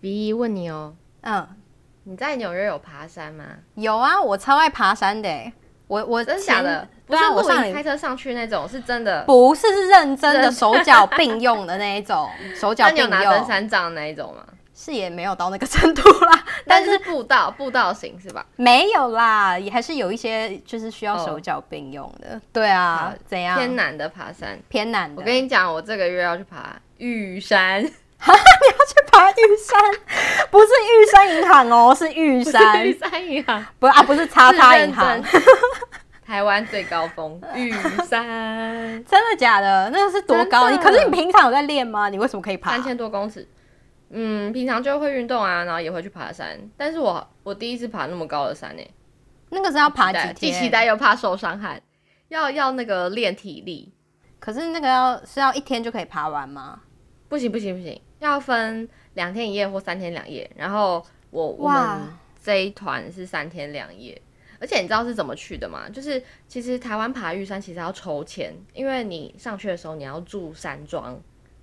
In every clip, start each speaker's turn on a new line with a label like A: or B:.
A: B 一问你哦，
B: 嗯，
A: 你在纽约有爬山吗？
B: 有啊，我超爱爬山的欸。我我
A: 真的
B: 前
A: 假的？不
B: 对
A: 是
B: 啊，我
A: 露
B: 上
A: 营
B: 礼
A: 开车上去那种，是真的。
B: 不是是认真的
A: 真
B: 手脚并用的那 一种，手脚
A: 那你
B: 并
A: 有拿登
B: 用
A: 山杖那一种吗？
B: 是也没有到那个程度 啦，但
A: 但
B: 是
A: 是步道步道型是吧？
B: 没有啦，也还是有一些就是需要
A: 哦
B: 手脚并用的。对啊
A: 好，
B: 怎样？
A: 偏南的爬山。
B: 偏难的。
A: 我跟你讲，我这个月要去爬玉山，
B: 去爬玉山， 不是玉山银行哦，是玉 山，
A: 玉山银行，
B: 不是啊，不是叉叉银
A: 是
B: 行
A: 认，台湾最高峰玉山，
B: 真的假的？那个是多高？
A: 真
B: 你
A: 的
B: 可是你平常有在练吗？你为什么可以 爬
A: 三？千多公尺。嗯，平常就会运动啊，然后也会去爬山，但是我我第一次爬那么高的山欸呢、
B: 那个是要爬
A: 期
B: 几
A: 待啊既
B: 天？
A: 期待又怕受伤害，要要那个练体力，
B: 可是那个要是要一天就可以爬完吗？
A: 不行不行不行，要分两天一夜或三天两夜。然后我我
B: 哇
A: 们这一团是三天两夜，而且你知道是怎么去的吗？就是其实台湾爬玉山其实要筹钱，因为你上去的时候你要住山庄，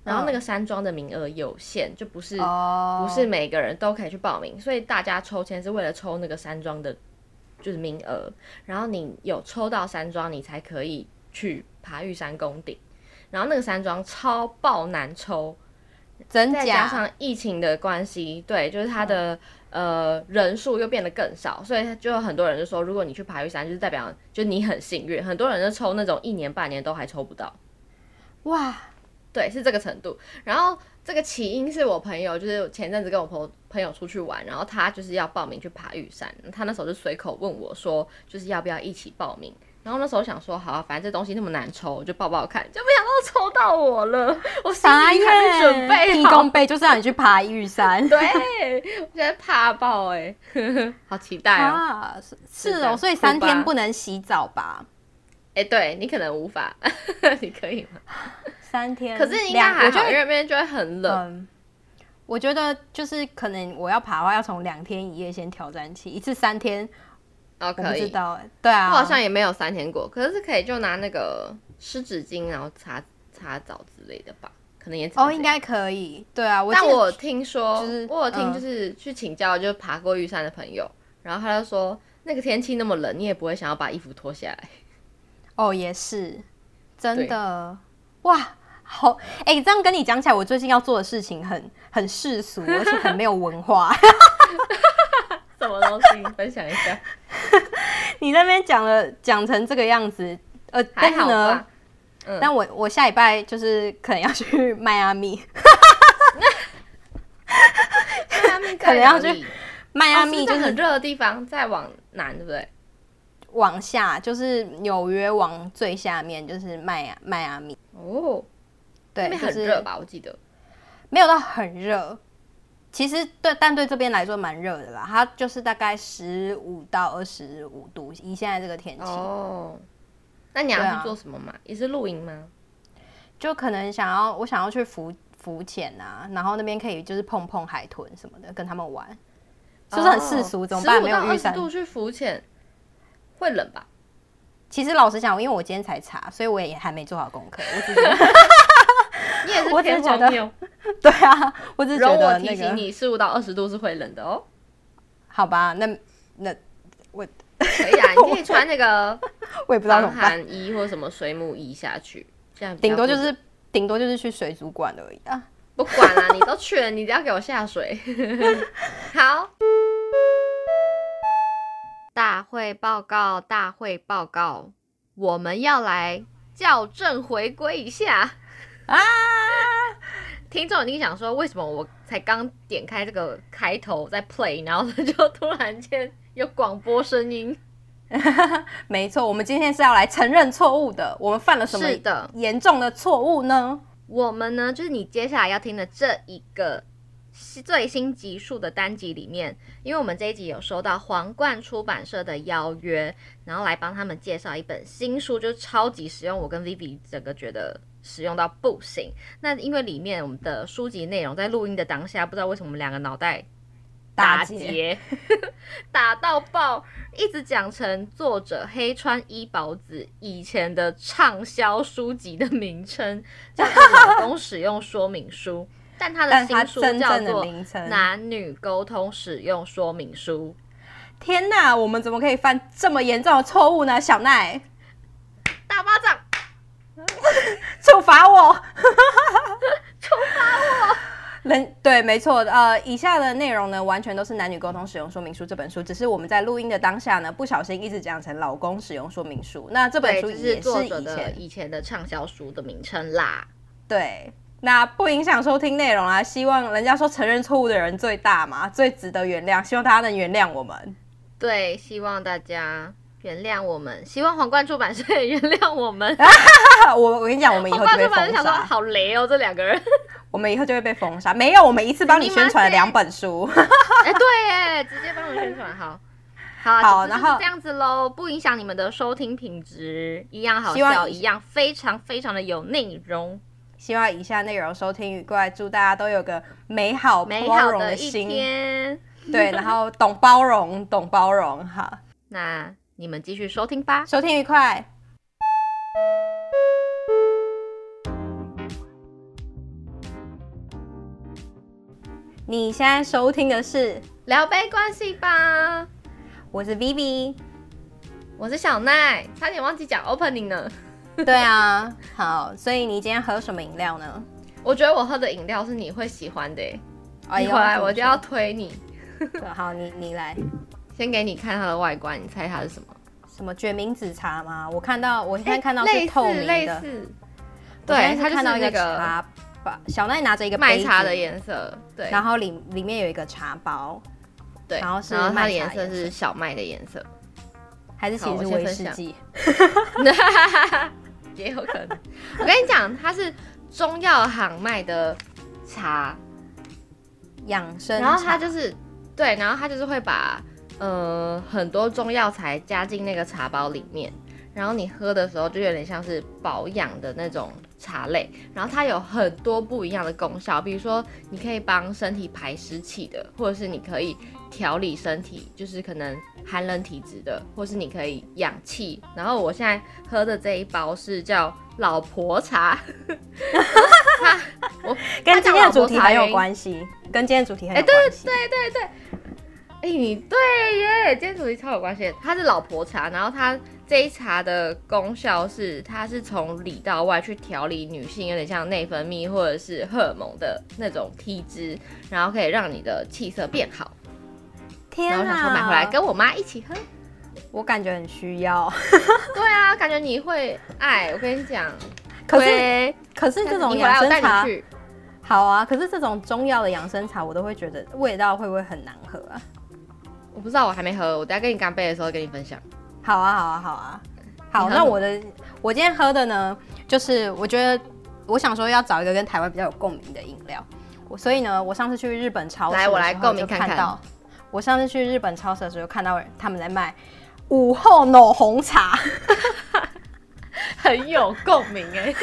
A: 然后那个山庄的名额有限，就不是、
B: 哦，
A: 不是每个人都可以去报名，所以大家抽签是为了抽那个山庄的，就是名额。然后你有抽到山庄，你才可以去爬玉山宫顶。然后那个山庄超爆难抽，
B: 真
A: 再加
B: 假？嗯
A: 上疫情的关系，对，就是它的、呃人数又变得更少，所以就有很多人就说，如果你去爬玉山，就是代表就你很幸运。很多人就抽那种一年半年都还抽不到。
B: 哇，
A: 对，是这个程度。然后这个起因是我朋友，就是前阵子跟我朋友朋友出去玩，然后他就是要报名去爬玉山，他那时候就随口问我说，就是要不要一起报名。然后那时候想说，好、啊，反正这东西那么难抽，我就报报看，就没想到抽到我了，我心
B: 啥
A: 里
B: 耶？
A: 还没准备
B: 义
A: 好。
B: 工杯就是让你去爬玉山。
A: 对，我现在怕爆哎、 欸，好期待哦！
B: 啊，是是
A: 是
B: 哦，
A: 的
B: 所以三
A: 对
B: 天
A: 吧
B: 不能洗澡吧？
A: 哎、对你可能无法， 你可以吗？
B: 三天，
A: 可是应该
B: 嗯两
A: 还
B: 我觉
A: 好，
B: 得
A: 因为那边就会很冷。
B: 嗯，我觉得就是可能我要爬的话，要从两天一夜先挑战起，一次三天，
A: 哦，
B: 我不
A: 可
B: 知
A: 以。
B: 道哎、对啊，
A: 我好像也没有三天过，可是可以就拿那个湿纸巾，然后擦擦澡之类的吧，可能也只能
B: 哦，应
A: 这样。
B: 该可以，对啊，我
A: 但
B: 记得
A: 我听说，
B: 就是
A: 我有听
B: 嗯
A: 就是去请教，就是爬过玉山的朋友，然后他就说，那个天气那么冷，你也不会想要把衣服脱下来。
B: 哦也是真的哇。好，哎、这样跟你讲起来，我最近要做的事情很很世俗，而且很没有文化。
A: 什么东西？分享一下，
B: 你那边讲了讲成这个样子，呃，但
A: 还
B: 是
A: 好
B: 呢
A: 吧，？嗯
B: 但我我下礼拜就是可能要去 迈阿密，
A: 迈阿密
B: 可能要去
A: 去
B: 迈
A: 迈
B: 阿
A: 阿
B: 密
A: 密
B: 就
A: 哦就是
B: 是
A: 很热的地方，再往南，对不对？
B: 往下，就是纽约往最下面就是迈阿迈阿密，
A: 哦，那
B: 对，
A: 边
B: 就
A: 很热
B: 是
A: 吧？我记得。
B: 没有到很热。其实对，但对这边来说蛮热的啦，它就是大概十五到二十五度，以现在这个天气，
A: 哦，那你
B: 对
A: 要
B: 啊
A: 去做什么吗？也是露营吗？
B: 就可能想要我想要去浮浮潜啊，然后那边可以就是碰碰海豚什么的，跟他们玩，是不是很世俗？
A: 哦
B: 怎么办？
A: 15
B: 没有
A: 到
B: 预算
A: 20。度去浮潜会冷吧？
B: 其实老实讲，因为我今天才查，所以我也还没做好功 课。我只是
A: 你也
B: 我
A: 是
B: 只是
A: 偏
B: 觉
A: 荒
B: 得
A: 谬。
B: 对啊，我只是
A: 容
B: 觉
A: 我
B: 得
A: 提
B: 那
A: 醒
B: 个
A: 你，十五到二十度是会冷的 哦。
B: 好吧，那那
A: 可以啊，你可以穿那个
B: 我也不知道怎
A: 防
B: 么办。
A: 寒衣或什么水母衣下去，这样比较
B: 顶多就
A: 不
B: 是顶多就是去水族馆而已啊。
A: 不管啦、你都去了，你只要给我下水。 好，大会报告，大会报告，我们要来校正回归一下
B: 啊！
A: 听众一定想说，为什么我才刚点开这个开头在 play，然后就突然间有广播声音？
B: 没错，我们今天是要来承认错误的，我们犯了什么
A: 是的，
B: 严重的错误呢？
A: 我们呢，就是你接下来要听的这一个新最新集数的单集里面，因为我们这一集有收到皇冠出版社的邀约，然后来帮他们介绍一本新书，就是超级实用，我跟 Vivi 整个觉得实用到不行。那因为里面我们的书籍内容在录音的当下，不知道为什么我们两个脑袋打
B: 劫，
A: 结， 打到爆，一直讲成作者黑川一保子以前 的畅销书籍的名称，叫做《老公使用说明书》。但它的
B: 但它
A: 新书
B: 真
A: 叫
B: 正
A: 做
B: 的
A: 《
B: 名称，
A: 男女沟通使用说明书
B: 天哪，我们怎么可以犯这么严重的错误呢？小奈，》，
A: 大巴掌
B: 处罚 我，处罚我。人对，没错，呃，以下的内容呢，完全都是《男女沟通使用说明书》这本书，只是我们在录音的当下呢，不小心一直讲成《老公使用说明书》。那这本
A: 对，
B: 书
A: 这是
B: 也
A: 作
B: 是
A: 者
B: 以
A: 的
B: 前
A: 以前的畅销书的名称啦。
B: 对，那不影响收听内容啊。希望人家说承认错误的人最大嘛，最值得原谅。希望大家能原谅我们。
A: 对，希望大家原谅我们，希望皇冠出版社也原谅我们。
B: 我我跟你讲，我哎们以
A: 皇
B: 后就
A: 冠
B: 被
A: 出版社
B: 封
A: 想说
B: 杀。
A: 好雷哦，这两个人。
B: 我们以后就会被封杀。没有，我们一次帮你宣传了两本书。
A: 哎、对耶，直接帮我们宣传好。好啊，总
B: 好
A: 之
B: 然
A: 就是
B: 后
A: 这样子喽，不影响你们的收听品质，一样好
B: 希望
A: 笑，
B: 以
A: 一样非常非常的有内容，
B: 希望以下内容收听愉快，祝大家都有个美好
A: 美
B: 包
A: 好
B: 容
A: 的一
B: 心。
A: 天。
B: 对，然后懂包容，懂包容。好，
A: 那你们继续收听吧。
B: 收听愉快。你现在收听的是，
A: 聊杯关系吧，
B: 我是 Vivi。
A: 我是小奈，差点忘记讲 opening 呢。
B: 对啊， 好，所以你今天喝什么饮料呢？
A: 我觉得我喝的饮料是你会喜欢的耶，
B: 哎
A: 你
B: 呦
A: 回来我就要推你，
B: 对好，你你来
A: 先给你看它的外观，你猜它是什么？
B: 什么决明子茶吗？我看到我现哎在看到
A: 哎类
B: 是
A: 似
B: 透明
A: 类
B: 的，
A: 似，
B: 我现
A: 对，
B: 在是
A: 它就
B: 看到
A: 是
B: 一
A: 那个
B: 茶包，小奈拿着一个
A: 麦
B: 杯
A: 茶
B: 子
A: 的颜色，对，
B: 然后里里面有一个茶包，
A: 对，
B: 然后是
A: 它
B: 麦
A: 的
B: 茶
A: 颜色
B: 颜
A: 是小麦的颜 色，
B: 还是其
A: 好
B: 实
A: 我先
B: 是威
A: 分
B: 士
A: 享
B: 忌？
A: 也有可能。我跟你讲，它是中药行卖的茶，
B: 养生茶，
A: 然后它就是对，然后它就是会把呃很多中药材加进那个茶包里面，然后你喝的时候就有点像是保养的那种茶类，然后它有很多不一样的功效，比如说你可以帮身体排湿气的，或者是你可以调理身体，就是可能寒冷体质的，或是你可以养气。然后我现在喝的这一包是叫老婆茶，它我
B: 跟今天的主题很有
A: 系。
B: 关系，跟今天的主题很
A: 哎
B: 有关系。
A: 对对对，哎、你对耶，今天主题超有关系的。它是老婆茶，然后它这一茶的功效是，它是从里到外去调理女性，有点像内分泌或者是荷尔蒙的那种体质，然后可以让你的气色变好。
B: 天
A: 然
B: 啊！
A: 后我想说买回来跟我妈一起喝。
B: 我感觉很需 要。
A: 对啊，感觉你会爱。我跟你讲，
B: 可是
A: 会
B: 可是这
A: 你
B: 种
A: 回来
B: 养
A: 我
B: 生
A: 带
B: 茶
A: 你去。
B: 好啊，可是这种中药的养生茶，我都会觉得味道会不会很难喝啊？
A: 我不知道，我还没喝，我等下跟你干杯的时候跟你分 享。
B: 好啊，好啊，好啊，好。
A: 你喝什
B: 那
A: 么
B: 我的我今天喝的呢，就是我觉得我想说要找一个跟台湾比较有共鸣的饮料，我所以呢，我上次去日本超市的
A: 来
B: 时候
A: 我来共鸣
B: 就
A: 看
B: 看
A: 看
B: 到，我上次去日本超市的时候看到他们在卖午后浓红茶。
A: 很有共鸣
B: 欸
A: 哎、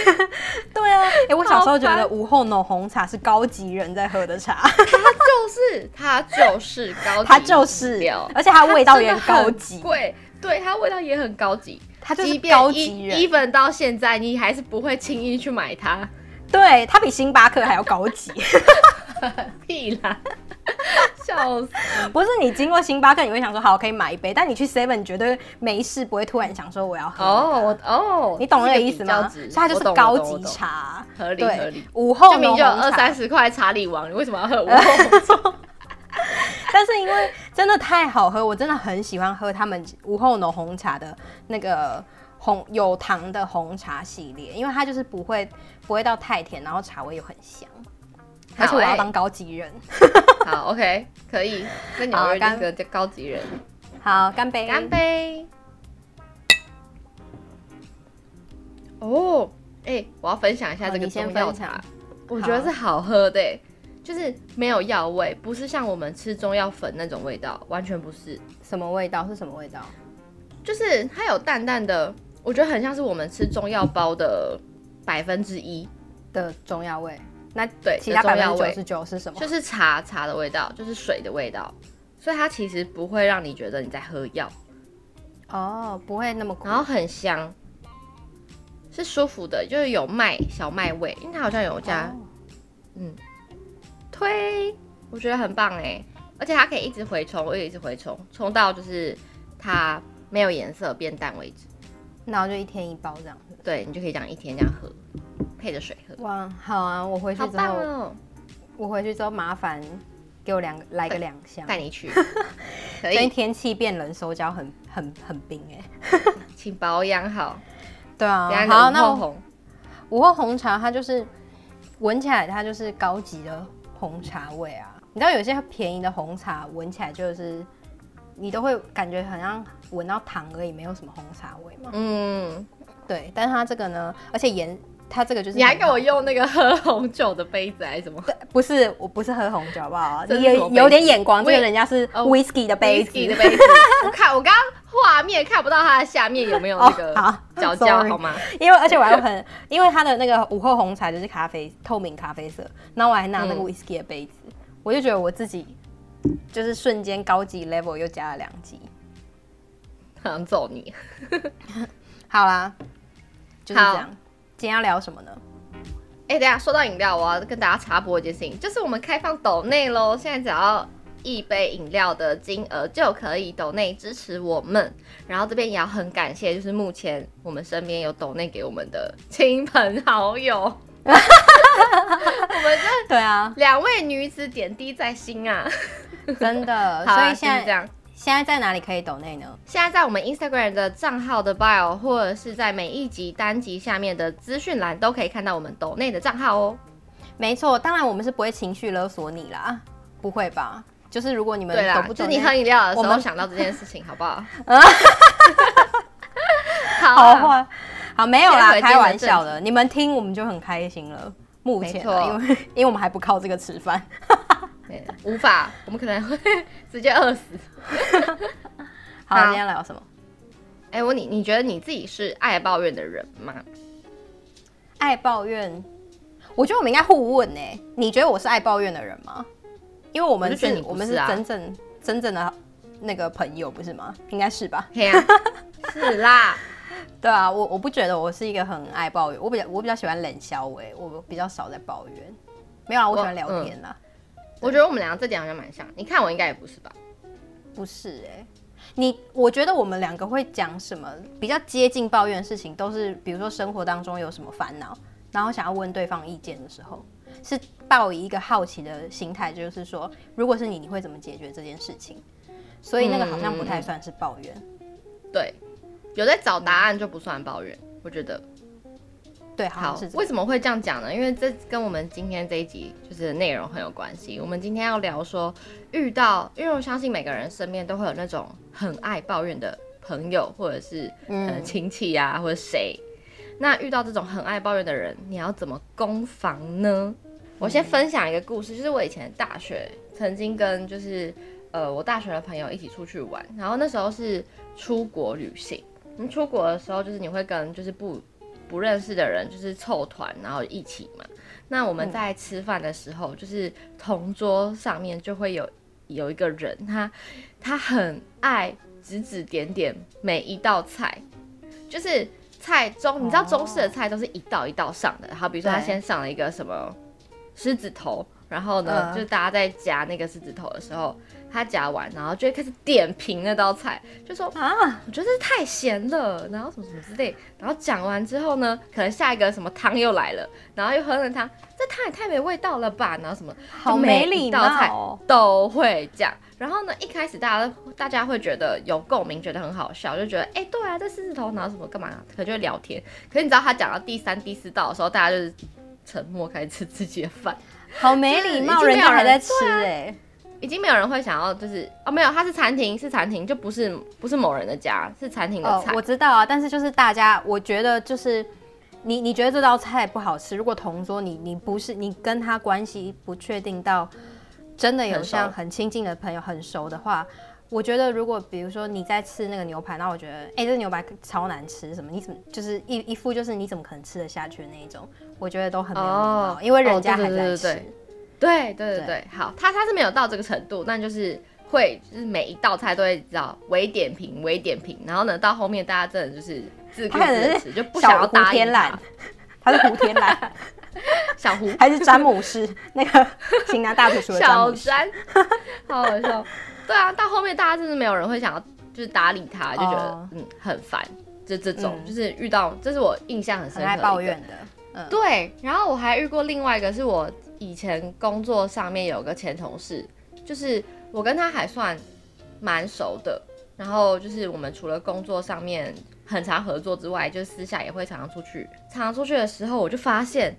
B: 对啊，哎、我小时候觉
A: 好
B: 得午后浓红茶是高级人在喝的 茶，
A: 它就是它就是高级，
B: 它就是
A: 料，，
B: 而且它味道也
A: 它
B: 很
A: 真的
B: 高级，
A: 贵，对，它味道也很高级。
B: 它就
A: 即
B: 是
A: 便
B: 高级人。
A: even 到现在，你还是不会轻易去买它，
B: 对，它比星巴克还要高级。
A: 屁啦， 笑死！
B: 不是你经过星巴克，你会想说好可以买一杯，但你去 Seven 绝对没事，不会突然想说我要喝。
A: 哦，我哦，
B: 你懂
A: 这
B: 那个
A: 比
B: 意思
A: 较
B: 吗？
A: 值
B: 所以它就
A: 我
B: 是
A: 懂我
B: 高
A: 懂我
B: 级
A: 懂
B: 茶，
A: 合理合
B: 对
A: 理。，
B: 午后
A: 就明
B: 浓
A: 明就有二
B: 红
A: 三
B: 茶。
A: 十块查理王，你为什么要喝 我？我
B: 但是因为真的太好喝，我真的很喜欢喝他们午后浓红茶的那个红有糖的红茶系列，因为它就是不会不会到太甜，然后茶味又很香。而且我
A: 欸
B: 要当高级人，
A: 好，OK，可以。那你
B: 好
A: 们就是
B: 干
A: 个叫高级人，
B: 好，干杯！
A: 干！杯！哦，哎、我要分享一下
B: 好
A: 这个
B: 你先
A: 中药
B: 分享
A: 茶，我觉得是好喝的、欸，就是没有药味，不是像我们吃中药粉那种味道，完全不是，
B: 什么味道？是什么味道？
A: 就是它有淡淡的，我觉得很像是我们吃中药包的百分之一，
B: 的中药味？那
A: 对
B: 其他
A: 的
B: 百
A: 中药
B: 分之
A: 味
B: 九十九是什么？
A: 就是茶茶的味道，就是水的味道，所以它其实不会让你觉得你在喝药，
B: 哦，不会那么苦
A: 然。后很香，哦是舒服的，就是有麦小麦味，因为它好像有加、
B: 哦
A: 嗯推，我觉得很棒哎，而且它可以一直回冲，我也一直回冲，冲到就是它没有颜色变淡为止。
B: 然后就一天一包这样子。
A: 对你就可以这样一天这样喝，配着水喝，
B: 哇，好啊！我回去
A: 好
B: 之
A: 棒
B: 后，
A: 哦！
B: 我回去之后麻烦给我两个来个两箱。
A: 带你 去，可
B: 最近
A: 以，
B: 天气变冷，手脚很很很冰哎、
A: 请保养好。
B: 对啊
A: 等一下，你的午
B: 好，那
A: 后
B: 我
A: 红，
B: 午后红茶它就是闻起来它就是高级的红茶味啊。你知道有些便宜的红茶闻起来就是你都会感觉好像闻到糖而已，没有什么红茶味嘛。
A: 嗯，
B: 对，但是它这个呢，而且颜它这个就是
A: 你还
B: 很
A: 给我用那个 喝红酒的杯子还是什么？
B: 对，不是我不是喝红酒好不 好？
A: 这是
B: 你
A: 什么
B: 有
A: 杯子
B: 有点眼光，
A: 我
B: 这个
A: 以
B: 人家是
A: 哦
B: whisky 的杯子
A: Whisky 的杯子，我看我刚刚画面看不到它的下面有没有那个
B: 哦好
A: 角角，
B: sorry
A: 好吗？
B: 因为而且我还很，因为它的那个午后红茶就是咖啡透明咖啡色，然后我还拿那个
A: 嗯
B: whisky 的杯子，我就觉得我自己就是瞬间高级 level 又加了两级。
A: 好想揍你。
B: 好啦，就是这
A: 好
B: 样。今天要聊 什么呢？
A: 哎、等一下说到饮料，我要跟大家插播一件事情，就是我们开放抖内喽，现在只要一杯饮料的金额就可以抖内支持我们。然后这边也要很感谢，就是目前我们身边有抖内给我们的亲朋好友，我们这
B: 对啊，
A: 两位女子点滴在心啊。
B: 真的。
A: 好
B: 所
A: 啊
B: 以现
A: 就是这
B: 在
A: 样。
B: 现在在哪里可以抖内呢？
A: 现在在我们 Instagram 的账号的 bio，或者是在每一集单集下面的资讯栏，都可以看到我们抖内的账号哦。
B: 没错，当然我们是不会情绪勒索你啦，不会吧？就是如果你们
A: 对啦
B: 抖，不
A: 就
B: 抖
A: 你
B: 内，
A: 喝饮料的时
B: 我
A: 候
B: 们
A: 想到这件事情，好不好？
B: 啊
A: 好
B: 好
A: 啊
B: 话好没有
A: 先
B: 啦
A: 回，今
B: 开
A: 天的
B: 玩笑的，你们听我们就很开心了。目前啊、
A: 没错
B: 因为 因为我们还不靠这个吃饭。
A: 对无法，我们可能会直接饿死。
B: 好，
A: 好
B: 今天聊什么？
A: 哎、我你你觉得你自己是爱抱怨的人吗？
B: 爱抱怨，我觉得我们应该互问呢、欸你觉得我是爱抱怨的人吗？因为我
A: 我
B: 们
A: 就觉
B: 是
A: 得你不
B: 我们
A: 是啊
B: 真正真正的那个朋友，不是吗？应该是吧？
A: 嘿呀、 是啦，
B: 对啊，我我不觉得我是一个很爱抱怨，我比较我比较喜欢冷笑喂、我比较少在抱怨。没有啊，我喜欢聊天啦，
A: 我觉得我们俩这点好像蛮像。你看我应该也不是吧？
B: 不是哎、你我觉得我们两个会讲什么比较接近抱怨的事情，都是比如说生活当中有什么烦恼，然后想要问对方意见的时候，是抱以一个好奇的心态，就是说，如果是你，你会怎么解决这件事情？所以那个好像不太算是抱怨，
A: 嗯对，有在找答案就不算抱怨，我觉得。
B: 对，好
A: 嗯好
B: 像是，这
A: 为
B: 样。
A: 什么会这样讲呢？因为这跟我们今天这一集就是内容很有关系。我们今天要聊说，遇到，因为我相信每个人身边都会有那种很爱抱怨的朋友，或者是呃
B: 嗯，
A: 亲戚啊，或者谁。那遇到这种很爱抱怨的人，你要怎么攻防呢？我先分享一个故事，就是我以前大学曾经跟就是呃我大学的朋友一起出去玩，然后那时候是出国旅行。你出国的时候，就是你会跟就是不不认识的人就是凑团，然后一起嘛。那我
B: 嗯
A: 们在吃饭的时候，就是同桌上面就会有有一个人，他他很爱指指点点每一道菜，就是菜中，你知道中式的菜都是一道一道上的，好，比如说他
B: 哦对
A: 先上了一个什么狮子头，然后呢，
B: 嗯
A: 就大家在夹那个狮子头的时候，他夹完，然后就会开始点评那道菜，就说
B: 啊，
A: 我觉得太咸了，然后什么什么之类，然后讲完之后呢，可能下一个什么汤又来了，然后又喝了汤，这汤也太没味道了吧，然后什么，
B: 好
A: 就每
B: 没
A: 一
B: 礼
A: 道菜
B: 貌哦。
A: 都会讲。然后呢，一开始大家都大家会觉得有共鸣，觉得很好笑，就觉得哎、对啊，这狮子头然后什么干嘛，可能就会聊天。可是你知道他讲到第三、第四道的时候，大家就是沉默，开始吃自己的饭，
B: 好没
A: 就是
B: 礼
A: 已
B: 貌，
A: 经没
B: 人家
A: 有
B: 还
A: 人
B: 在吃哎、
A: 已经没有人会想要就是哦，没有，他是餐厅，是餐厅，就不是不是某人的家，是餐厅的
B: 哦
A: 菜。，
B: 我知道啊，但是就是大家，我觉得就是你你觉得这道菜不好吃，如果同桌你你不是你跟他关系不确定到真的有
A: 很熟
B: 像很亲近的朋友很熟的话。我觉得，如果比如说你在吃那个牛排，那我觉得，哎、这牛排超难吃，什么？你怎么就是一一副就是你怎么可能吃得下去的那一种？我觉得都很没有礼貌，
A: 哦
B: 因为人
A: 哦
B: 家
A: 对
B: 还
A: 对
B: 在
A: 对
B: 吃。
A: 对对对对
B: 对
A: 对，好，他他是没有到这个程度，但就是会就是每一道菜都会知道微点评微点评，然后呢到后面大家真的就是自顾
B: 他可能
A: 自
B: 是
A: 吃，就不
B: 小
A: 想要
B: 胡
A: 答应
B: 天
A: 他
B: 懒。，他是胡天懒，
A: 小胡，
B: 还是詹姆士 那个擒拿大捕鼠的 詹
A: 小
B: 姆士，
A: 詹，好好笑。对啊，到后面大家真的没有人会想要就是搭理他，就觉得、
B: 哦
A: 嗯很烦。就这种，
B: 嗯
A: 就是遇到，这是我印象很深刻的一
B: 很爱
A: 个
B: 抱怨的，嗯，
A: 对，然后我还遇过另外一个，是我以前工作上面有个前同事，就是我跟他还算蛮熟的，然后就是我们除了工作上面很常合作之外，就是私下也会常常出去。常常出去的时候，我就发现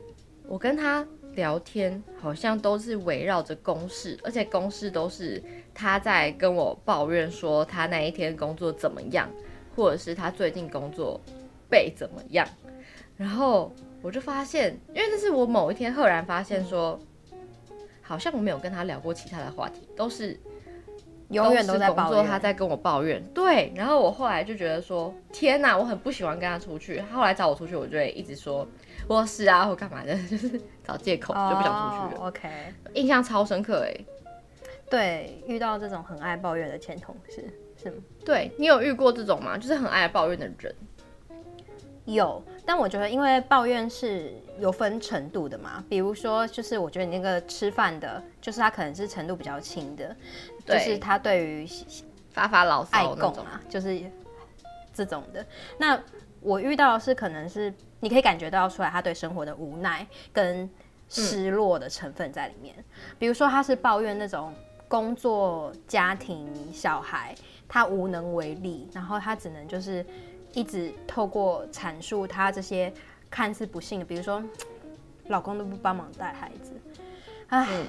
A: 我跟他聊天好像都是围绕着公事，而且公事都是他在跟我抱怨说他那一天工作怎么样，或者是他最近工作被怎么样。然后我就发现，因为这是我某一天赫然发现说，好像我没有跟他聊过其他的话题，都是
B: 永远
A: 是
B: 都在
A: 工
B: 抱
A: 作，他
B: 怨，
A: 在跟我抱怨。对，然后我后来就觉得说，天哪，我很不喜欢跟他出去。他后来找我出去，我就会一直说我是啊，或干嘛的， 就是找借口就不想出去了。
B: 哦 OK，
A: 印象超深刻哎、
B: 对，遇到这种很爱抱怨的前同事是吗？
A: 对你有遇过这种吗？就是很爱抱怨的人。
B: 有，但我觉得因为抱怨是有分程度的嘛，比如说就是我觉得你那个吃饭的，就是他可能是程度比较轻的，就
A: 对
B: 是他对于
A: 发发牢
B: 爱
A: 骚那
B: 共
A: 种，
B: 啊，就是这种的。那我遇到的是可能是你可以感觉到出来他对生活的无奈跟失落的成分在里面。比如说他是抱怨那种工作、家庭、小孩，他无能为力，然后他只能就是一直透过阐述他这些看似不幸的，比如说老公都不帮忙带孩子，唉。
A: 嗯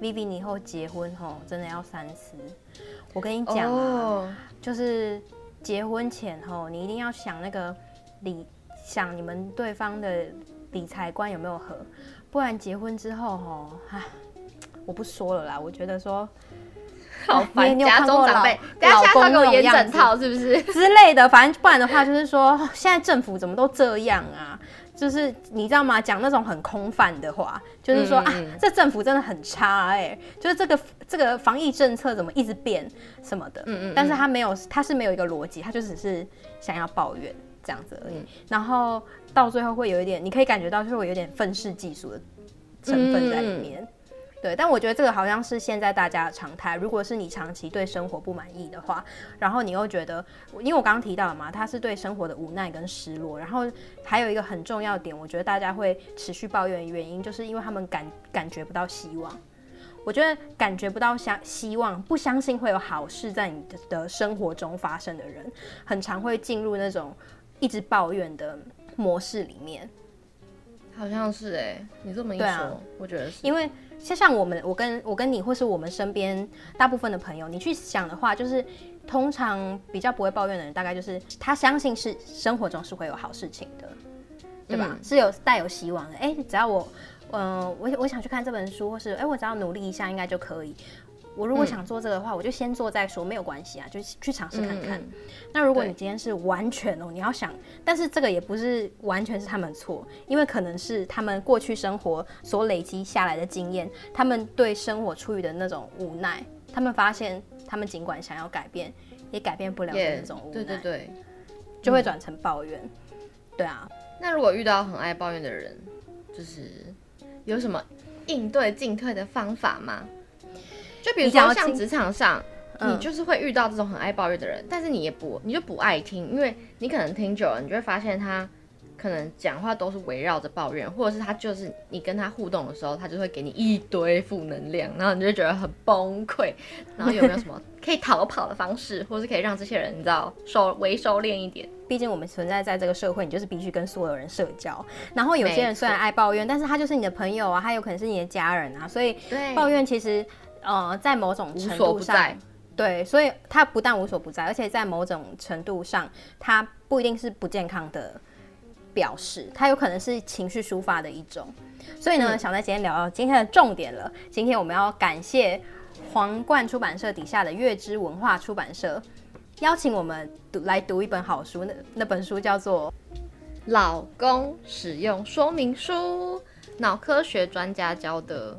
B: Vivi，你以后结婚吼，真的要三思。我跟你讲
A: 哦
B: 啊就是结婚前吼，你一定要想那个理，想你们对方的理财观有没有合，不然结婚之后吼，唉，我不说了啦。我觉得说
A: 好
B: 你
A: 烦，
B: 你有
A: 家
B: 看
A: 中
B: 过
A: 长
B: 老
A: 辈，等下
B: 老
A: 下
B: 公
A: 次要给我
B: 那种
A: 演
B: 样
A: 整
B: 子
A: 套是不 是？
B: 之类的，反正不然的话就是说，哦现在政府怎么都这样啊？就是你知道吗？讲那种很空泛的话，就是说、
A: 嗯
B: 啊
A: 嗯，
B: 这政府真的很差哎、就是这个这个防疫政策怎么一直变什么的，
A: 嗯嗯嗯
B: 但是他没有，他是没有一个逻辑，他就只是想要抱怨这样子而已，
A: 嗯
B: 然后到最后会有一点，你可以感觉到就是会有点愤世嫉俗的成分在里面。对，但我觉得这个好像是现在大家的常态。如果是你长期对生活不满意的话，然后你又觉得，因为我刚刚提到了嘛，他是对生活的无奈跟失落，然后还有一个很重要的点，我觉得大家会持续抱怨的原因，就是因为他们感感觉不到希望。我觉得感觉不到相希望，不相信会有好事在你的的生活中发生的人，很常会进入那种一直抱怨的模式里面。
A: 好像是哎、你这么一
B: 对
A: 说，
B: 啊
A: 我觉得是。
B: 因为就像我们，我跟我跟你，或是我们身边大部分的朋友，你去想的话，就是通常比较不会抱怨的人，大概就是他相信是生活中是会有好事情的，对吧？
A: 嗯
B: 是有带有希望的。哎、只要我，嗯、我我想去看这本书，或是哎、我只要努力一下，应该就可以。我如果想做这个的话，我就先做再说，没有关系啊，就去尝试看看。
A: 嗯嗯
B: 那如果
A: 对
B: 你今天是完全哦，你要想，但是这个也不是完全是他们的错，因为可能是他们过去生活所累积下来的经验，他们对生活处于的那种无奈，他们发现他们尽管想要改变，也改变不了的
A: 也
B: 那种无
A: 对
B: 奈
A: 嗯对对。
B: 就会转成抱怨。对啊，
A: 那如果遇到很爱抱怨的人，就是有什么应对进退的方法吗？就比如
B: 你想
A: 说
B: 要
A: 像
B: 进
A: 职场上，
B: 嗯
A: 你就是会遇到这种很爱抱怨的人，但是你也不，你就不爱听，因为你可能听久了，你就会发现他可能讲话都是围绕着抱怨，或者是他就是你跟他互动的时候，他就会给你一堆负能量，然后你就觉得很崩溃。然后有没有什么可以逃跑的方式，或是可以让这些人你知道收微收敛一点？
B: 毕竟我们存在在这个社会，你就是必须跟所有人社交。然后有些
A: 没
B: 人
A: 错
B: 虽然爱抱怨，但是他就是你的朋友啊，他有可能是你的家人啊，所以
A: 对
B: 抱怨其实呃，在某种
A: 无
B: 程
A: 所
B: 度
A: 不
B: 上
A: 在。。
B: 对，所以它不但无所不在，而且在某种程度上，它不一定是不健康的表示，它有可能是情绪抒发的一种。所以呢，
A: 嗯
B: 想在今天聊到今天的重点了。今天我们要感谢皇冠出版社底下的月之文化出版社，邀请我们读来读一本好书，那那本书叫做
A: 老公使用说明书，脑科学专家教的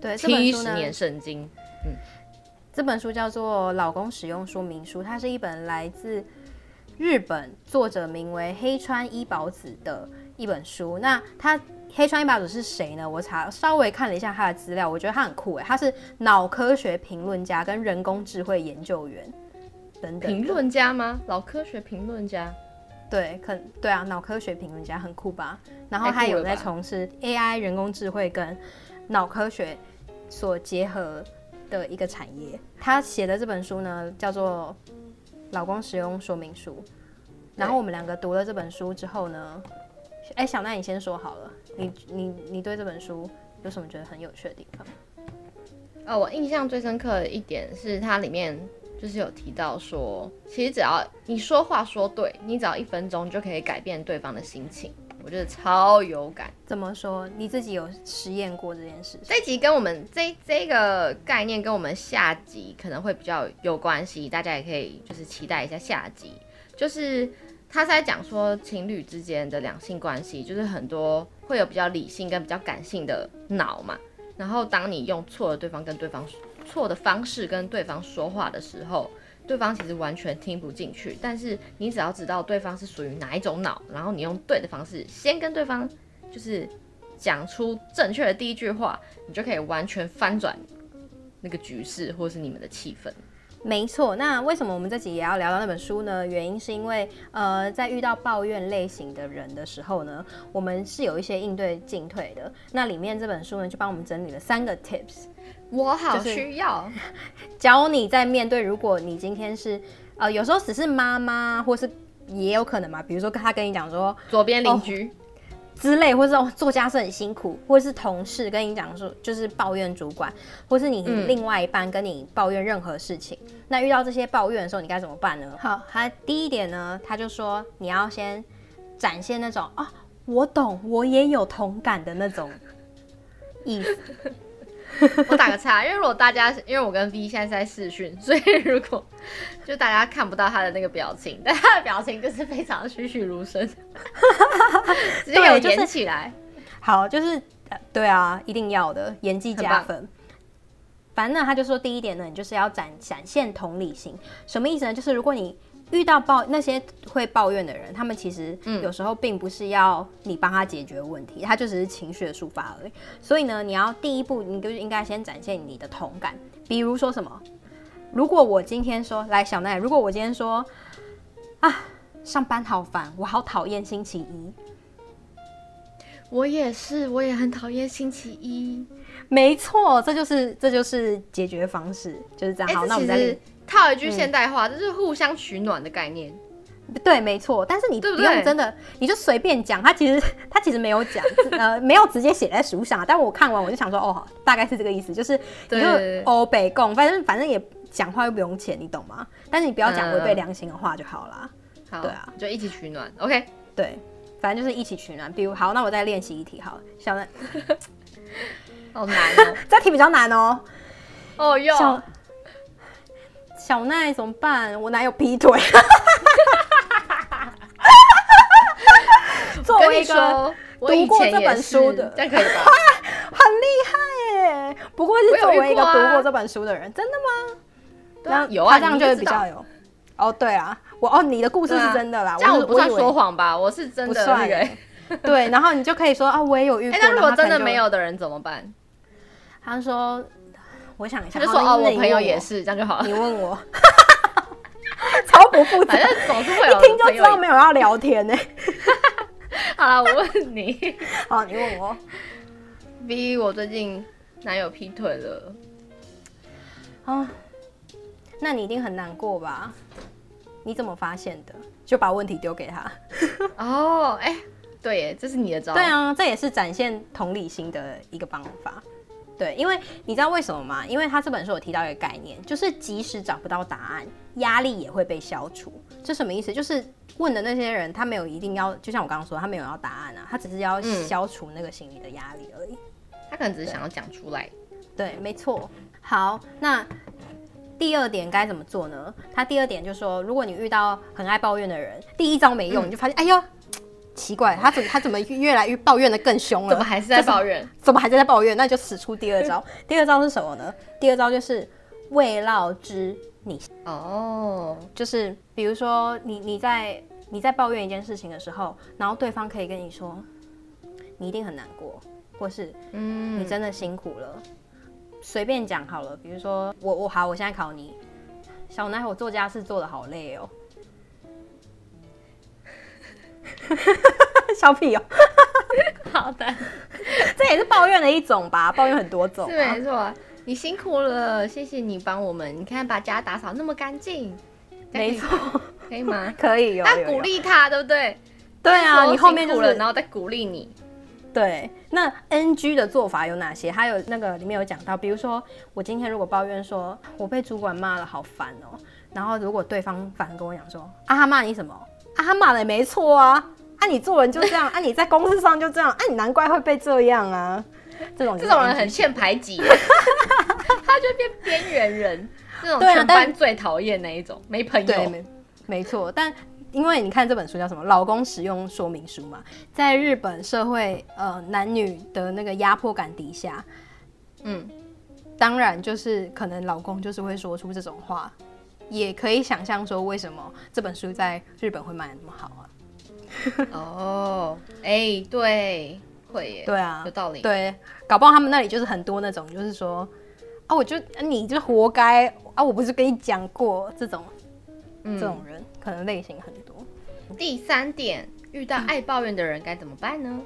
B: 对这本
A: 七
B: 书
A: 十
B: 呢，
A: 年圣经。
B: 这本书叫做《老公使用说明书》，它是一本来自日本，作者名为黑川一保子的一本书。那它黑川一把主是谁呢？我查稍微看了一下他的资料，我觉得他很酷欸诶，他是脑科学评论家跟人工智慧研究员等等。
A: 评论家吗？老科学评论家，
B: 对，可对啊，脑科学评论家很酷吧？然
A: 太
B: 后他
A: 酷了
B: 有在
A: 吧
B: 从事 AI 人工智慧跟脑科学所结合的一个产业。他写的这本书呢，叫做《老公使用说明书》。然后我们两个读了这本书之后呢，哎，小奈你先说好了，你你你对这本书有什么觉得很有趣的地方？
A: 呃，我印象最深刻的一点是它里面就是有提到说，其实只要你说话说对，你只要一分钟就可以改变对方的心情，我觉得超有感。
B: 怎么说？你自己有实验过这件事？
A: 这一集跟我们这这个概念跟我们下集可能会比较有关系，大家也可以就是期待一下下集。就是他是在讲说情侣之间的两性关系，就是很多会有比较理性跟比较感性的脑嘛。然后当你用错了对方跟对方错的方式跟对方说话的时候，对方其实完全听不进去。但是你只要知道对方是属于哪一种脑，然后你用对的方式先跟对方就是讲出正确的第一句话，你就可以完全翻转那个局势或是你们的气氛。
B: 没错，那为什么我们这集也要聊到那本书呢？原因是因为，呃，在遇到抱怨类型的人的时候呢，我们是有一些应对进退的。那里面这本书呢，就帮我们整理了三个 tips，
A: 我好
B: 就是
A: 需要，
B: 教你在面对，如果你今天是，呃，有时候只是妈妈，或是也有可能嘛，比如说他跟你讲说，
A: 左边邻居、
B: 之类，或是哦做家事很辛苦，或是同事跟你讲说就是抱怨主管，或是你
A: 嗯
B: 另外一半跟你抱怨任何事情，那遇到这些抱怨的时候，你该怎么办呢？好，他第一点呢，他就说你要先展现那种啊、我懂，我也有同感的那种意思。哦
A: 我打个叉，因为如果大家，因为我跟 V 现在是在视讯，所以如果就大家看不到他的那个表情，但他的表情就是非常栩栩如 生，直接
B: 对
A: 有
B: 就是
A: 演起来。
B: 好，就是、呃对啊，一定要的，演技加
A: 很
B: 分。反正呢，他就说第一点呢，你就是要展展现同理心。什么意思呢？就是如果你遇到抱那些会抱怨的人，他们其实
A: 嗯
B: 有时候并不是要你帮他解决问题，他就只是情绪的抒发而已。所以呢，你要第一步，你就应该先展现你的同感。比如说什么？如果我今天说，来小奈，如果我今天说，啊，上班好烦，我好讨厌星期一，
A: 我也是，我也很讨厌星期一。
B: 没错，这就是这就是解决方式，就是这样。
A: 哎、
B: 好，那
A: 这
B: 我
A: 其
B: 们再嗯
A: 实
B: 另
A: 套一句现代话，这是互相取暖的概念。
B: 对，没错。但是你不
A: 对不对
B: 用真的，你就随便讲。他其实他其实没 有讲，呃，没有直接写在书上啊。但我看完我就想说，哦，好大概是这个意思，就是你
A: 对
B: 就
A: 对对
B: 欧北共，反正反正也讲话又不用钱，你懂吗？但是你不要讲违背
A: 嗯
B: 良心的话就好啦。
A: 好，
B: 对啊，
A: 就一起取暖。OK，
B: 对，反正就是一起取暖。比如，好，那我再练习一题，好了，小南，
A: 好难哦。
B: 这题比较难哦。
A: 哦哟，
B: 小小奈怎么办？我男友 劈腿。作
A: 跟
B: 为
A: 你
B: 一个
A: 说，我
B: 读
A: 以
B: 过
A: 前
B: 这
A: 也
B: 本
A: 是
B: 书的
A: 这样可以 吧？啊
B: 很厉害耶，不过是作
A: 我有
B: 为
A: 遇
B: 一个
A: 过啊
B: 读过这本书的人，真的吗？
A: 对啊
B: 那
A: 有啊，
B: 他这样
A: 你
B: 就
A: 应该
B: 会
A: 知
B: 比
A: 道
B: 较有。哦，对啊，我哦，你的故事
A: 对啊
B: 是真的啦，
A: 这样
B: 我
A: 我
B: 是
A: 不算
B: 以为
A: 说谎吧？我是真
B: 不
A: 的
B: 算
A: 那个欸。
B: 耶。对，然后你就可以说啊，我也有遇
A: 哎
B: 过。，
A: 那如果
B: 然后他
A: 真
B: 可
A: 的
B: 能就
A: 没，有的人怎么办？
B: 他说，我想一
A: 他
B: 下，
A: 就说
B: 好
A: 哦，
B: 那
A: 我
B: 你
A: 朋友
B: 问
A: 也
B: 我，
A: 是，这样就好了。
B: 你问 我，超不负责
A: 反，正总是会有
B: 一听就
A: 朋
B: 知
A: 友
B: 道
A: 也
B: 没有要聊天呢。
A: 好了，我问你
B: 好，你问我。
A: ，V，我最近男友劈腿了，
B: 啊，那你一定很难过吧？你怎么发现的？就把问题丢给他。
A: 哦，哎，对耶，这是你的招，
B: 对，啊，这也是展现同理心的一个方法。对，因为你知道为什么吗？因为他这本书有提到一个概念，就是即使找不到答案，压力也会被消除。这什么意思？就是问的那些人，他没有一定要，就像我刚刚说，他没有要答案啊，他只是要
A: 嗯
B: 消除那个心理的压力而已。
A: 他可能只是想要讲出来。
B: 对，没错。好，那第二点该怎么做呢？他第二点就说，如果你遇到很爱抱怨的人，第一招没
A: 嗯
B: 用，你就发现，哎呦，奇怪，他怎么他怎么越来越抱怨的更凶了？
A: 怎么 还是在抱
B: 怨？
A: 怨？
B: 怎啊么还是在抱怨？那你就使出第二 招。第二招是什么呢？第二招就是未告知你
A: 哦，
B: 就是比如说你你在你在抱怨一件事情的时候，然后对方可以跟你说，你一定很难过，或是
A: 嗯
B: 你真的辛苦了。随便讲好了，比如说我我好，我现在考你，小男孩，我做家事做的好累哦。 小屁哦，
A: 好的，
B: 这也是抱怨的一种吧，抱怨很多种、
A: 是
B: 啊
A: 没。错，你辛苦了，谢谢你帮我们，你看把家打扫那么干净，
B: 没错，
A: 可以吗？
B: 可 以有
A: 但
B: 有
A: 鼓
B: 有
A: 励他，对不对？
B: 对啊，
A: 说
B: 你后面
A: 辛
B: 就
A: 苦了，
B: 是
A: 然后再鼓励你。
B: 对，那 NG 的做法有哪些？还有那个里面有讲到，比如说我今天如果抱怨说我被主管骂了，好烦哦、然后如果对方反而跟我讲说啊，他骂你什么？啊，他骂的也没错啊，啊你做人就这样，啊你在公司上就这样，啊你难怪会被这样啊， 这种就
A: 这
B: 是
A: 种人
B: NG
A: 很欠排挤，他就变边缘人，这种
B: 对啊
A: 全
B: 但
A: 班最讨厌那一种，没朋
B: 对，
A: 友。
B: 没没错，但。因为你看这本书叫什么《老公使用说明书》嘛，在日本社会呃男女的那个压迫感底下，
A: 嗯，
B: 当然就是可能老公就是会说出这种话，也可以想象说为什么这本书在日本会卖的那么好啊？
A: 哦，哎，对，会耶，
B: 对啊
A: 有，道理。
B: 对，搞不好他们那里就是很多那种就是说啊，我就啊你就活该啊，我不是跟你讲过这种、
A: 嗯
B: 这种人，可能类型很多。
A: 第三点，遇
B: 嗯
A: 到爱抱怨的人该怎么办呢？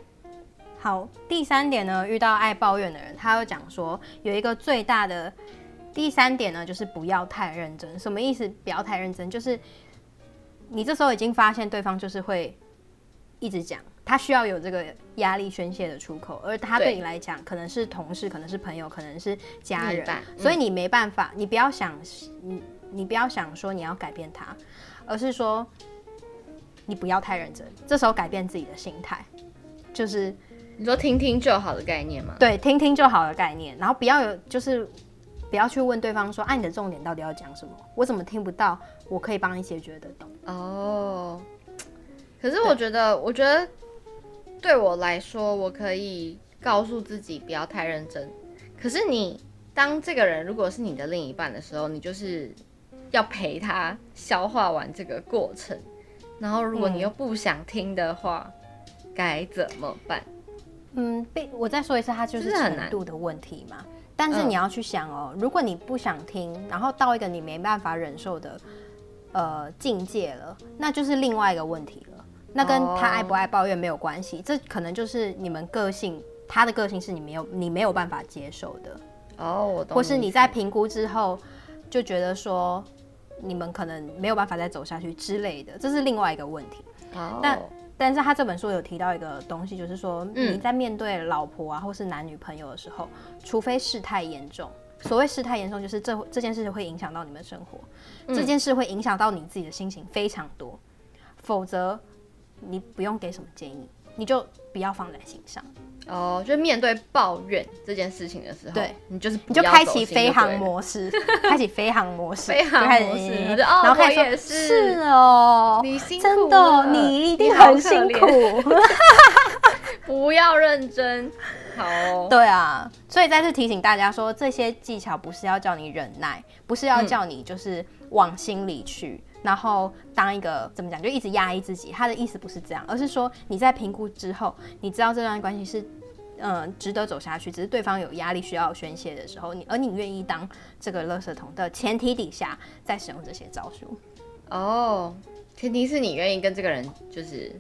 B: 好，第三点呢，遇到爱抱怨的人，他有讲说有一个最大的第三点呢，就是不要太认真。什么意思？不要太认真，就是你这时候已经发现对方就是会一直讲，他需要有这个压力宣泄的出口，而他
A: 对
B: 对你来讲，可能是同事，可能是朋友，可能是家
A: 另一
B: 人
A: 半，嗯
B: 所以你没办法，你不要想，你你不要想说你要改变他，而是说你不要太认真，这时候改变自己的心态。就是
A: 你说听听就好的概念吗？
B: 对，听听就好的概念，然后不要有就是不要去问对方说，啊，你的重点到底要讲什么？我怎么听不到？我可以帮你解决得懂。
A: 哦，可是我觉得，我觉得对我来说，我可以告诉自己不要太认真。可是你当这个人如果是你的另一半的时候，你就是要陪他消化完这个过程。然后，如果你
B: 嗯
A: 又不想听的话，该怎么办？
B: 嗯，被我再说一次，它就是
A: 就是很
B: 程
A: 难嗯
B: 度的问题嘛。但是你要去想哦，如果你不想听，然后到一个你没办法忍受的呃境界了，那就是另外一个问题了。那跟
A: 哦
B: 他爱不爱抱怨没有关系，这可能就是你们个性，他的个性是你没有你没有办法接受的。
A: 哦，我懂。
B: 或是你在评估之后就觉得说你们可能没有办法再走下去之类的，这是另外一个问题。
A: 哦，
B: 但但是他这本书有提到一个东西，就是说
A: 嗯
B: 你在面对老婆啊或是男女朋友的时候，除非事态严重，所谓事态严重就是这这件事会影响到你们生活，
A: 嗯
B: 这件事会影响到你自己的心情非常多，否则你不用给什么建议，你就不要放在心上。
A: 哦，就面对抱怨这件事情的时候，
B: 对
A: 你就是
B: 你
A: 你
B: 就开启飞航模式， 开启飞航模式，
A: 飞航
B: 就开始
A: 模式
B: 嗯
A: 我就哦
B: 然后开始
A: 我
B: 说
A: 也是
B: 是哦，
A: 你辛苦
B: 真
A: 了
B: 的，你一定
A: 你好可
B: 很辛苦，
A: 不要认真。好哦、
B: 对啊，所以再次提醒大家说，这些技巧不是要叫你忍耐，不是要叫你就是往心里去。然后当一个怎么讲，就一直压抑自己。他的意思不是这样，而是说你在评估之后，你知道这段关系是，嗯、值得走下去。只是对方有压力需要宣泄的时候，你而你愿意当这个垃圾桶的前提底下，再使用这些招数。
A: 哦，前提是你愿意跟这个人就是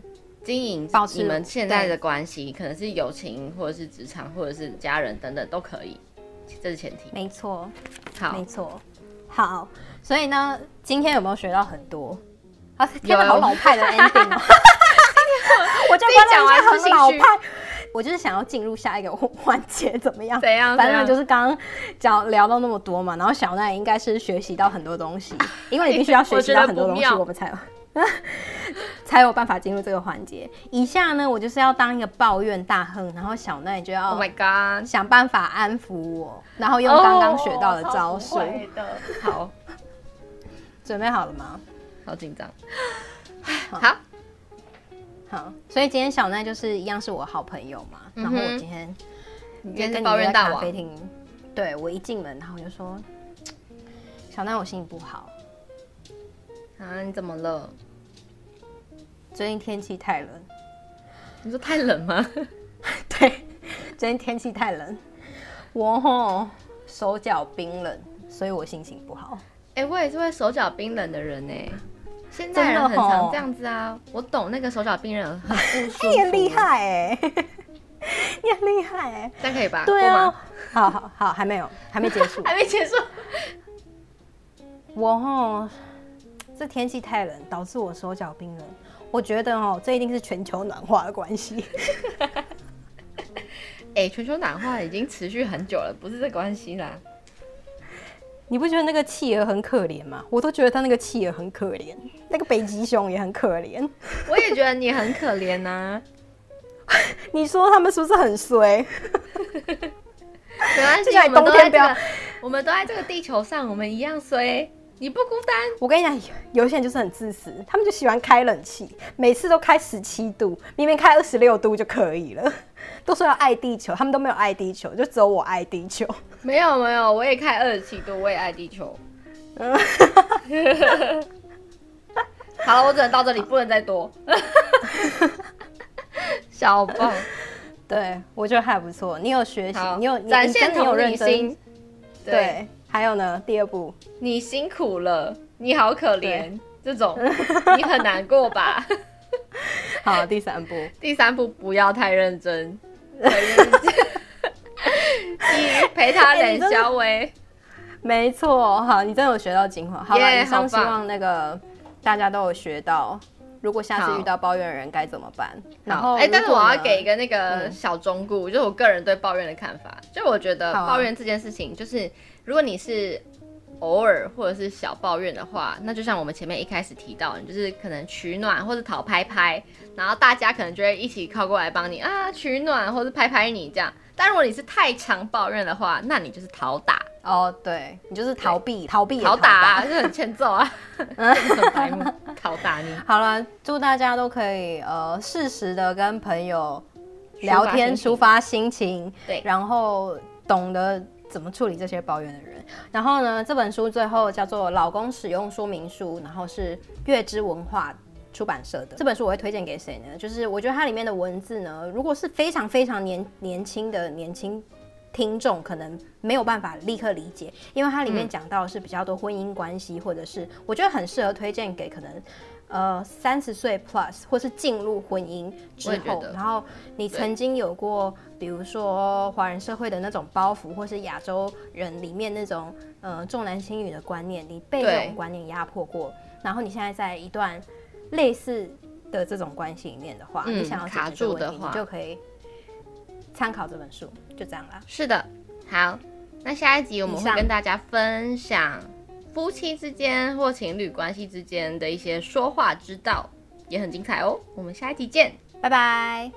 A: 经营
B: 保持
A: 你们现在的关系，可能是友情或者是职场或者是家人等等都可以，这是前提。
B: 没错，
A: 好
B: 没，错。好，所以呢，今天有没有学到很多？啊，天哪，
A: 有
B: 好老派 的 ending 哦！我就
A: 自己
B: 观众
A: 讲完
B: 就
A: 不
B: 很
A: 心
B: 老
A: 虚
B: 派。我就是想要进入下一个 环节，怎么样？
A: 怎样
B: 反
A: 怎
B: 正
A: 样
B: 就是刚刚讲聊到那么多嘛，然后小奈应该是学习到很多东 西，因为你必须要学习到很多
A: 我觉得
B: 东
A: 不
B: 西，
A: 妙
B: 我们才有 才有办法进入这个环节。以下呢，我就是要当一个抱怨大亨，然后小奈就要
A: ，Oh my god，
B: 想办法安抚我，然后用刚刚学到的招数。
A: 哦我超不会的好
B: 准备好了吗？
A: 好紧张。
B: 好
A: 好，
B: 好，所以今天小奈就是一样是我好朋友嘛，
A: 嗯
B: 然
A: 哼
B: 后我今天
A: 你今
B: 就
A: 天
B: 跟
A: 是
B: 你
A: 抱
B: 在
A: 怨大
B: 咖
A: 王
B: 啡，厅，对我一进门，然后我就说，小奈我心情不好，
A: 啊，你怎么了？
B: 最近天气太冷，
A: 你说太冷吗？
B: 今天天气太冷，我吼手脚冰冷，所以我心情不好。
A: 哎、我也是会手脚冰冷的人哎、现
B: 真
A: 代
B: 的
A: 人很常
B: 吼
A: 这样子啊，我懂那个手脚冰冷哎很欸不 舒服。
B: 你很厉，害哎、 你很厉害哎、
A: 这样可以吧？
B: 对
A: 够
B: 啊
A: 吗，，
B: 好好好，还没有，还没结束。
A: 还没结束。
B: 我吼，这天气太冷，导致我手脚冰冷。我觉得哦，这一定是全球暖化的关系。
A: 哎、全球暖化已经持续很久了，不是这关系啦。
B: 你不觉得那个企鹅很可怜吗？我都觉得它那个企鹅很可怜，那个北极熊也很可怜。
A: 我也觉得你很可怜啊呐、
B: 你说他们是不是很衰？
A: 没 关系，
B: 接下来
A: 我们都在
B: 冬天
A: 这
B: 不要
A: 个，我们都在这个地球上，我们一样衰。你不孤单，
B: 我跟你讲，有有些人就是很自私，他们就喜欢开冷气，每次都开十七度，明明开二十六度就可以了。 都说要爱地球，他们都没有爱地球，就只有我爱地球。
A: 没有没有，我也开二十七度，我也爱地 球。
B: 嗯
A: 好了，我只能到这里，不能再多。 小棒，
B: 对，我觉得还不错。你有学习
A: 好，，
B: 你有你
A: 展
B: 你
A: 现
B: 真的有
A: 同
B: 认
A: 理
B: 真
A: 心。。对，
B: 对，还有呢，第 二步，
A: 你辛苦了，你好可怜
B: 对，
A: 这种你很难过 吧？
B: 好，第三步，
A: 第三步，不要太认 真， 你陪他
B: 哎
A: 冷
B: 你真的
A: 笑微。
B: 没错，好，你真的有学到精华。好了
A: Yeah，
B: 以上
A: 好棒
B: 希望那个大家都有学到。如果下
A: 好
B: 次遇到抱怨的人该怎么办？然
A: 好
B: 后，
A: 哎、但是
B: 如
A: 我
B: 果
A: 要
B: 呢
A: 给一个那个
B: 嗯
A: 小忠告，就是我个人对抱怨的看法。就我觉得
B: 好啊
A: 抱怨这件事情，就是如果你是偶尔或者是小抱怨的话，那就像我们前面一开始提到的，你就是可能取暖或者讨拍拍，然后大家可能就会一起靠过来帮你啊取暖，或者拍拍你这样。但如果你是太常抱怨的话，那你就是讨打，
B: 哦，对你就是逃避，逃避也
A: 讨
B: 逃
A: 打、啊、就很欠揍 啊，
B: 嗯
A: 很白目，讨打你。
B: 好了，祝大家都可以呃适时的跟朋友聊天，
A: 抒
B: 抒发心情，
A: 对
B: 然后懂得怎么处理这些抱怨的人。然后呢，这本书最后叫做《老公使用说明书》，然后是月之文化。出版社的这本书我会推荐给谁呢？就是我觉得它里面的文字呢，如果是非常非常年年轻的年轻听众可能没有办法立刻理解，因为它里
A: 嗯
B: 面讲到的是比较多婚姻关系，或者是我觉得很适合推荐给可能呃三十岁 plus 或是进入婚姻
A: 我
B: 之
A: 也觉
B: 后
A: 得，
B: 然后你曾经有过比如说华人社会的那种包袱，或是亚洲人里面那种呃重男轻女的观念，你被
A: 对
B: 这种观念压迫过，然后你现在在一段类似的这种关系里面的话，
A: 嗯
B: 你想要解
A: 卡
B: 决这个
A: 住的
B: 问题，
A: 话
B: 你就可以参考这本书，就这样啦。
A: 是的，好，那下一集我们
B: 以
A: 会
B: 上
A: 跟大家分享夫妻之间或情侣关系之间的一些说话之道，也很精彩哦。我们下一集见。
B: 拜拜。